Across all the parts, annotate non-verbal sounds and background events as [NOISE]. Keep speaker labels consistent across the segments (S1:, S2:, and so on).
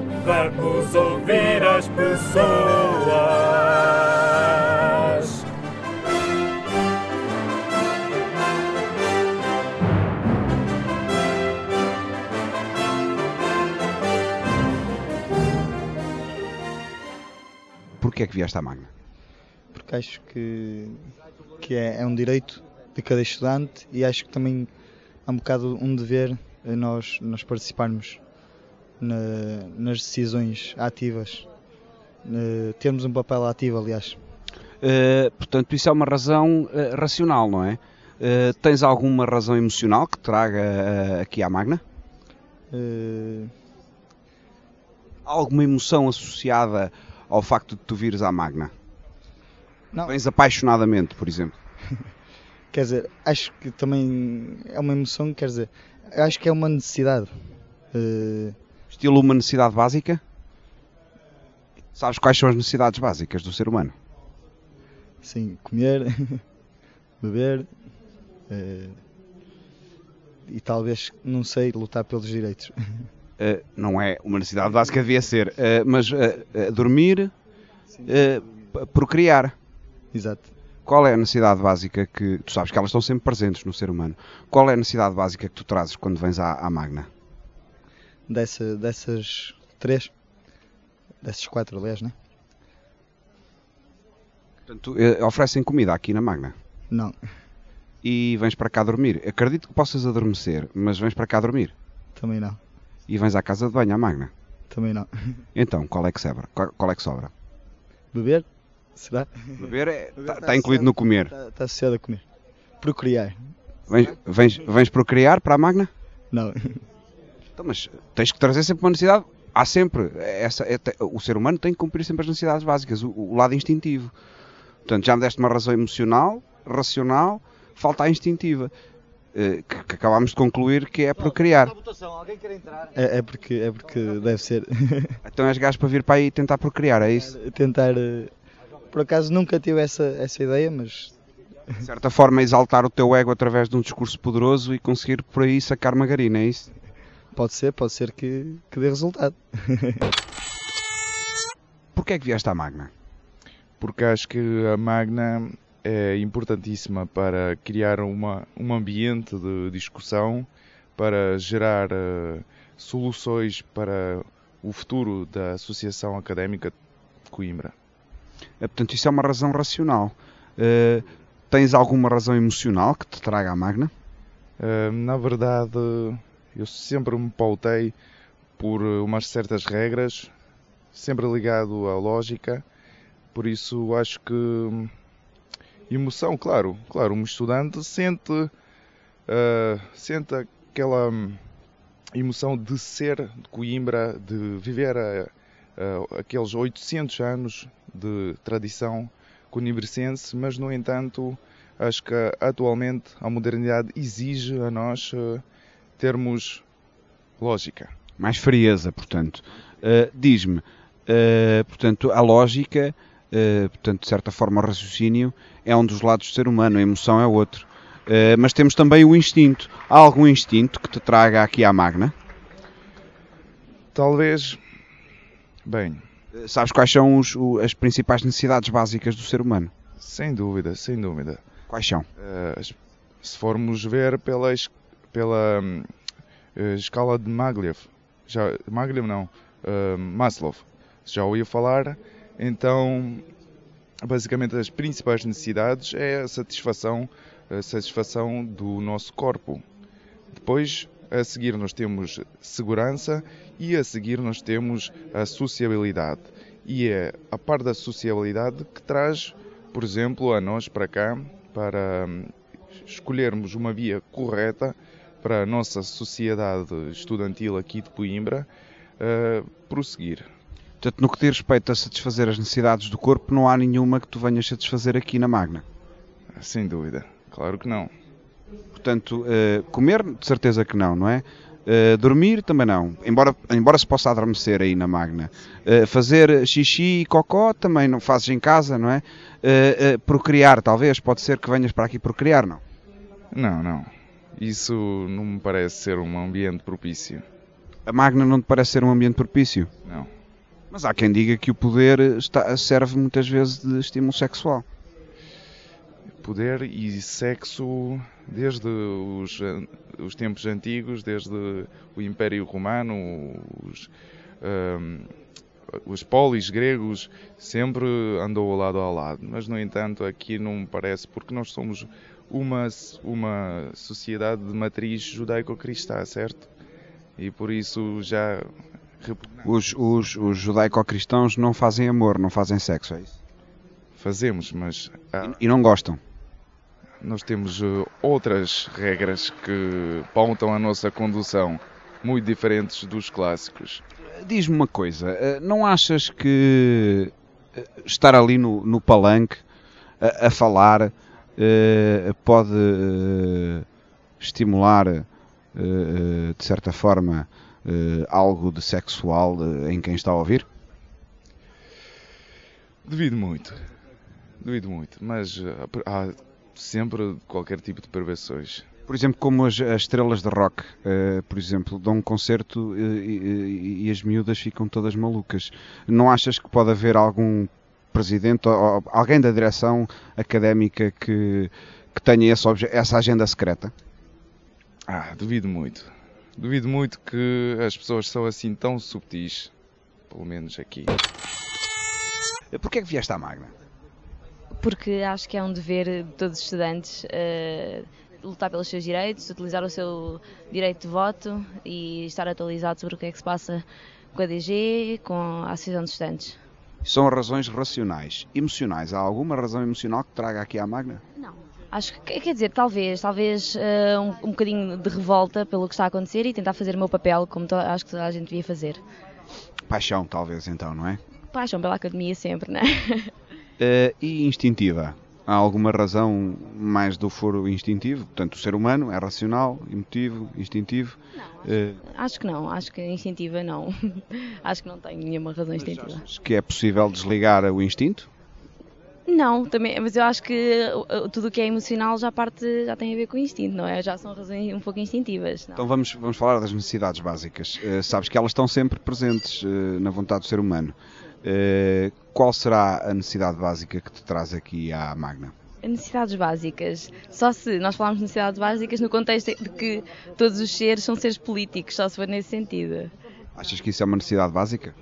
S1: precisarmos ouvir as pessoas.
S2: Porquê é que vieste à Magna?
S3: Porque acho que, que é, é um direito de cada estudante e acho que também há um bocado um dever a nós, nós participarmos na- nas decisões ativas, eh, termos um papel ativo, aliás.
S2: Eh, portanto, isso é uma razão eh, racional, não é? Eh, tens alguma razão emocional que traga eh, aqui à Magna?
S3: Eh,
S2: Alguma emoção associada ao facto de tu vires à Magna?
S3: Não.
S2: Vens apaixonadamente, por exemplo.
S3: Quer dizer, acho que também é uma emoção, quer dizer, acho que é uma necessidade. Eh,
S2: Estilo uma necessidade básica? Sabes quais são as necessidades básicas do ser humano?
S3: sim, comer, [LAUGHS] beber eh, e talvez, não sei, lutar pelos direitos.
S2: Eh, não é uma necessidade básica, devia ser, eh, mas eh, eh, dormir, eh, p- procriar.
S3: Exato.
S2: Qual é a necessidade básica que. Tu sabes que elas estão sempre presentes no ser humano. Qual é a necessidade básica que tu trazes quando vens à, à Magna?
S3: Dessa, dessas três, dessas quatro, aliás, né?
S2: Portanto, eh, oferecem comida aqui na Magna
S3: Não,
S2: e vens para cá dormir. Acredito que possas adormecer, mas vens para cá dormir
S3: também não,
S2: e vens à casa de banho, à Magna.
S3: também não.
S2: Então, qual é que sobra? Qual, qual é que sobra?
S3: Beber? Será?
S2: Beber é está
S3: tá
S2: incluído no comer.
S3: Está tá associado a comer. Procriar?
S2: Vens, vens, vens procriar para a Magna?
S3: Não.
S2: Então, mas tens que trazer sempre uma necessidade. Há sempre. Essa, é te- o ser humano tem que cumprir sempre as necessidades básicas, o, o lado instintivo. Portanto, já me deste uma razão emocional, racional, falta a instintiva. eh, Que, que acabámos de concluir que é procriar.
S3: É, é porque, é porque deve ser. [LAUGHS]
S2: Então és gajo para vir para aí e tentar procriar, é isso?
S3: Tentar. eh, Por acaso nunca tive essa, essa ideia, mas
S2: De certa forma, exaltar o teu ego através de um discurso poderoso e conseguir por aí sacar margarina, é isso?
S3: pode ser, pode ser que, que dê resultado.
S2: Porquê é que vieste à Magna?
S4: porque acho que a Magna é importantíssima para criar uma, um ambiente de discussão, para gerar eh, soluções para o futuro da Associação Académica de Coimbra.
S2: Eh, Portanto, isso é uma razão racional. Eh, tens alguma razão emocional que te traga à Magna?
S4: Eh, na verdade, eu sempre me pautei por umas certas regras, sempre ligado à lógica, por isso acho que hum, emoção, claro, claro, um estudante sente, ah, sente aquela hum, emoção de ser de Coimbra, de viver a- a- aqueles 800 anos de tradição conimbricense, mas no entanto acho que atualmente a modernidade exige a nós eh, termos lógica.
S2: mais frieza, portanto. Uh, Diz-me, uh, portanto, a lógica, uh, portanto, de certa forma, o raciocínio é um dos lados do ser humano, a emoção é outro. Uh, mas temos também o instinto. Há algum instinto que te traga aqui à Magna?
S4: Talvez, bem,
S2: Uh, sabes quais são os- o- as principais necessidades básicas do ser humano?
S4: sem dúvida, sem dúvida.
S2: Quais são?
S4: Eh, as- se formos ver pela, es- pela hum, eh, escala de Maglev, já, Maglev não, eh, Maslow, já ouvi falar, então basicamente as principais necessidades é a satisfação, a satisfação do nosso corpo. Depois, a seguir nós temos segurança e a seguir nós temos a sociabilidade. E é a parte da sociabilidade que traz, por exemplo, a nós para cá, para hum, escolhermos uma via correta para a nossa sociedade estudantil aqui de Coimbra eh, prosseguir.
S2: Portanto, no que diz respeito a satisfazer as necessidades do corpo, não há nenhuma que tu venhas satisfazer aqui na Magna.
S4: Sem dúvida, claro que não.
S2: Portanto, eh, comer, de certeza que não, não é? Eh, dormir também não, embora, embora se possa adormecer aí na magna. Eh, fazer xixi e cocó também não fazes em casa, não é? Eh, eh, procriar, talvez, pode ser que venhas para aqui procriar, não?
S4: Não, não. Isso não me parece ser um ambiente propício.
S2: A magna não te parece ser um ambiente propício.
S4: Não.
S2: Mas há quem diga que o poder está- serve muitas vezes de estímulo sexual.
S4: Poder e sexo desde os, an- os tempos antigos, desde o Império Romano, os, ahm, os polis gregos, sempre andou lado a lado. Mas, no entanto, aqui não me parece, porque nós somos uma, s- uma sociedade de matriz judaico-cristã, certo? E por isso já repugnante.
S2: Os, os, os judaico-cristãos não fazem amor, não fazem sexo, é isso?
S4: fazemos, mas há-
S2: E não gostam.
S4: Nós temos eh, outras regras que pautam a nossa condução, muito diferentes dos clássicos.
S2: Diz-me uma coisa, eh, não achas que eh, estar ali no, no palanque a, a falar eh, pode eh, estimular, eh, eh, de certa forma, eh, algo de sexual eh, em quem está a ouvir?
S4: Duvido muito, duvido muito, mas eh, há sempre qualquer tipo de perversões.
S2: Por exemplo, como as, as estrelas de rock, eh, por exemplo, dão um concerto eh, e, e- e as miúdas ficam todas malucas. Não achas que pode haver algum presidente ou, ou alguém da direção académica que, que tenha esse obje- essa agenda secreta?
S4: Ah, duvido muito. Duvido muito que as pessoas são assim tão subtis, pelo menos aqui.
S2: Porquê é que vieste à Magna?
S5: porque acho que é um dever de todos os estudantes eh, lutar pelos seus direitos, utilizar o seu direito de voto e estar atualizado sobre o que é que se passa com a DG, com a Associação dos Estudantes.
S2: São razões racionais, emocionais. Há alguma razão emocional que traga aqui à Magna?
S5: Acho que, quer dizer, talvez, talvez eh, um, um bocadinho de revolta pelo que está a acontecer e tentar fazer o meu papel, como to- acho que toda a gente devia fazer.
S2: Paixão, talvez, então, não é?
S5: Paixão pela academia sempre, né? [LAUGHS]
S2: Eh, e instintiva. Há alguma razão mais do foro instintivo? Portanto, o ser humano é racional, emotivo, instintivo. Eh,
S5: Acho que não, acho que instintiva não. [LAUGHS] acho que não tenho nenhuma razão instintiva.
S2: Achas que é possível desligar o instinto?
S5: Não, também, mas eu acho que uh, tudo o que é emocional já parte, já tem a ver com o instinto, não é? Já são razões um pouco instintivas. Não?
S2: Então vamos, vamos falar das necessidades básicas. Eh, sabes que elas estão sempre presentes eh, na vontade do ser humano. Eh, qual será a necessidade básica que te traz aqui à Magna?
S5: Necessidades básicas. Só se nós falarmos de necessidades básicas no contexto de que todos os seres são seres políticos, só se for nesse sentido.
S2: Achas que isso é uma necessidade básica?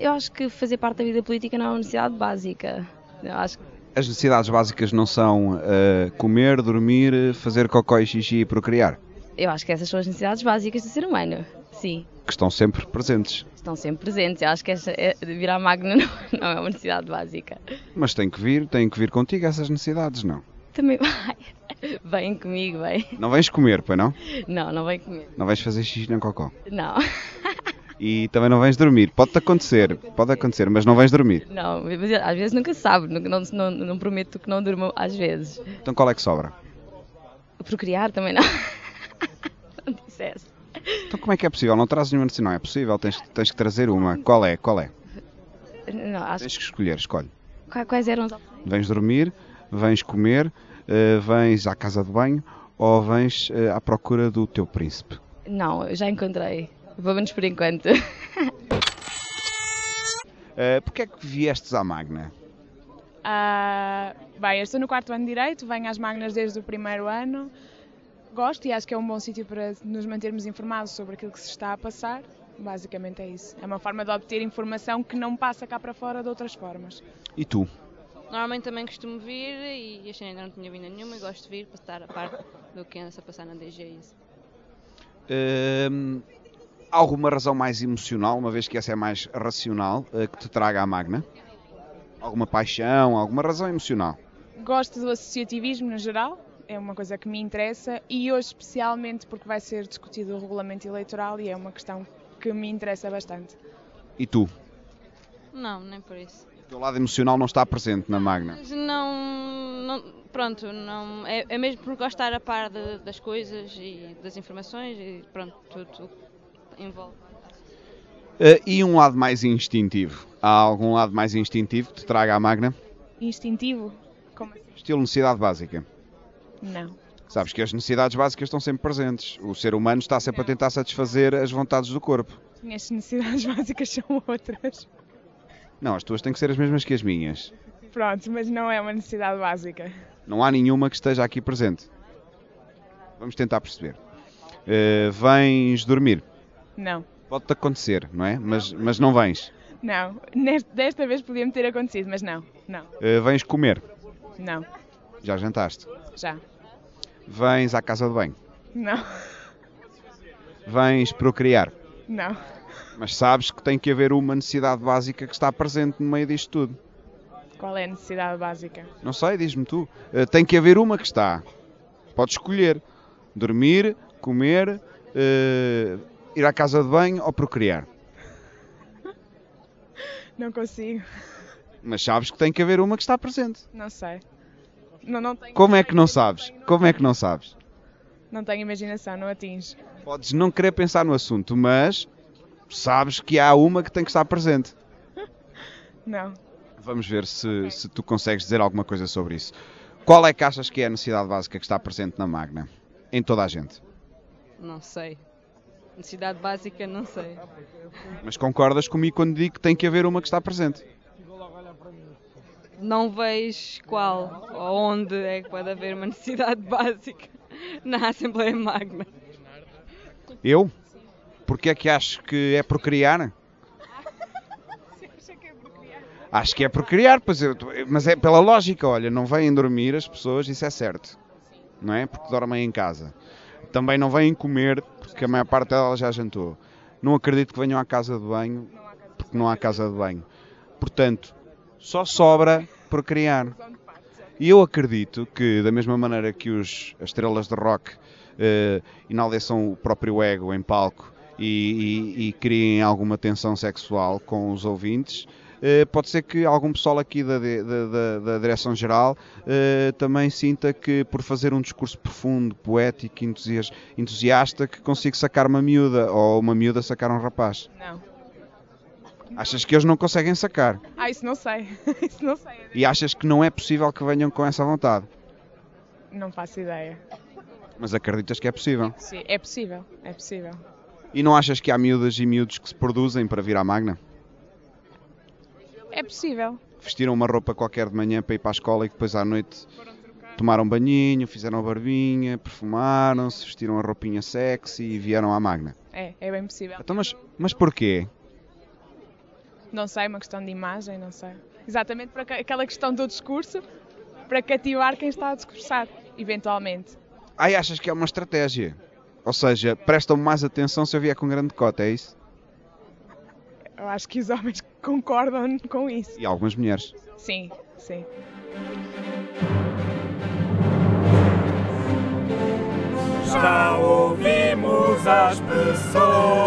S5: Eu acho que fazer parte da vida política não é uma necessidade básica. Eu acho que
S2: As necessidades básicas não são eh, comer, dormir, eh, fazer cocó e xixi e procriar,
S5: eu acho que essas são as necessidades básicas do ser humano. Sim,
S2: que estão sempre presentes.
S5: estão sempre presentes. Eu acho que essa, é, virar magno [LAUGHS] não, não é uma necessidade básica.
S2: Mas tem que vir, tem que vir contigo essas necessidades, não?
S5: Também vai. Vem comigo, vem.
S2: Não vais comer, pois não?
S5: Não, não vem comigo.
S2: Não vais fazer xixi nem cocó.
S5: Não.
S2: E também não vais dormir. Pode-te acontecer, pode acontecer, mas não vais dormir.
S5: Não, mas eu- às vezes nunca se sabe, nunca- não, não, não prometo que não durmo às vezes.
S2: Então qual é que sobra?
S5: Procriar também não. [LAUGHS] Não disseste.
S2: Então como é que é possível? Não trazes nenhuma notícia? Não é possível, tens, tens que trazer uma. Qual é? Qual é?
S5: Não, acho
S2: Tens que escolher, escolhe.
S5: que qua- quais eram as opções?
S2: Vens dormir, vens comer, eh, vens à casa de banho ou vens eh, à procura do teu príncipe.
S5: Não, eu já encontrei. Pelo menos por enquanto.
S2: Eh, Porquê é que viestes à Magna?
S6: Ah, bem, eu estou no quarto ano de Direito, venho às Magnas desde o primeiro ano. Gosto e acho que é um bom sítio para nos mantermos informados sobre aquilo que se está a passar. Basicamente é isso. É uma forma de obter informação que não passa cá para fora de outras formas.
S2: E tu?
S7: Normalmente também costumo vir e este ano ainda não tinha vindo nenhuma e gosto de vir para estar a par do que anda-se a passar na DG e isso.
S2: Ehm, alguma razão mais emocional, uma vez que essa é mais racional, eh, que te traga à Magna? Alguma paixão, alguma razão emocional?
S6: Gosto do associativismo no geral, é uma coisa que me interessa e hoje especialmente porque vai ser discutido o regulamento eleitoral e é uma questão que me interessa bastante.
S2: E tu?
S7: Não, nem por isso.
S2: O teu lado emocional não está presente na Magna.
S7: Mas não. não- pronto, não, é, é mesmo porque gosto de estar a par de- das coisas e das informações e pronto, tudo envolve.
S2: Eh, e um lado mais instintivo? Há algum lado mais instintivo que te traga à Magna?
S6: Instintivo? Como assim?
S2: Estilo necessidade básica.
S6: Não.
S2: Sabes que as necessidades básicas estão sempre presentes. O ser humano está sempre a tentar satisfazer as vontades do corpo.
S6: [LAUGHS] Minhas necessidades básicas são outras.
S2: Não, as tuas têm que ser as mesmas que as minhas.
S6: Pronto, mas não é uma necessidade básica.
S2: Não há nenhuma que esteja aqui presente. Vamos tentar perceber. Eh, vens dormir.
S6: Não,
S2: Pode-te acontecer, não é? Mas, mas não vens.
S6: não. Neste- desta vez podia-me ter acontecido, mas não, não,
S2: Eh, vens comer.
S6: não.
S2: Já jantaste.
S6: Já,
S2: Vens à casa de banho.
S6: não, [LAUGHS]
S2: Vens procriar.
S6: não.
S2: Mas sabes que tem que haver uma necessidade básica que está presente no meio disto tudo.
S6: Qual é a necessidade básica?
S2: Não sei, diz-me tu. Eh, tem que haver uma que está. Podes escolher: dormir, comer, eh, ir à casa de banho ou procriar.
S6: Não consigo,
S2: Mas sabes que tem que haver uma que está presente.
S6: não sei. Não, não, tenho,
S2: Como é que não sabes? Como é que não sabes?
S6: não tenho imaginação, não atinge.
S2: Podes não querer pensar no assunto, mas sabes que há uma que tem que estar presente.
S6: Não,
S2: Vamos ver se, se tu consegues dizer alguma coisa sobre isso. Qual é que achas que é a necessidade básica que está presente na Magna? Em toda a gente.
S7: Não sei. Necessidade básica, não sei.
S2: Mas concordas comigo quando digo que tem que haver uma que está presente?
S7: Não vejo qual ou onde é que pode haver uma necessidade [LAUGHS] básica na Assembleia Magna.
S2: Eu? Porque é que acho que é procriar? é Acho que é procriar, pois eu- mas é pela lógica, olha, não vêm dormir as pessoas, isso é certo. Não é? Porque dormem em casa. Também não vêm comer, porque a maior parte delas já jantou. Não acredito que venham à casa de banho, porque não há casa de banho. Portanto, só sobra procriar. E eu acredito que, da mesma maneira que os, as estrelas de rock eh, enalteçam o próprio ego em palco e, e- e criem alguma tensão sexual com os ouvintes, eh, pode ser que algum pessoal aqui da, de- da, da, da direção-geral eh, também sinta que, por fazer um discurso profundo, poético, entusias- entusiasta, que consigo sacar uma miúda ou uma miúda sacar um rapaz.
S6: não.
S2: Achas que eles não conseguem sacar?
S6: Ah, isso não sei. [LAUGHS] Isso não sei.
S2: E achas que não é possível que venham com essa vontade?
S6: Não faço ideia.
S2: Mas acreditas que é possível?
S6: Sim, é possível, é possível.
S2: E não achas que há miúdas e miúdos que se produzem para vir à Magna?
S6: É possível.
S2: Vestiram uma roupa qualquer de manhã para ir para a escola e depois à noite tomaram um banhinho, fizeram a barbinha, perfumaram-se, vestiram a roupinha sexy e vieram à Magna.
S6: É, é bem possível.
S2: Então, mas, mas porquê?
S6: Não sei, é uma questão de imagem, não sei. Exatamente para ca- aquela questão do discurso, para cativar quem está a discursar, eventualmente.
S2: Ai, achas que é uma estratégia? Ou seja, prestam mais atenção se eu vier com grande cota, é isso?
S6: Eu acho que os homens [LAUGHS] concordam com isso.
S2: E algumas mulheres.
S6: Sim, sim.
S1: Já ouvimos as pessoas.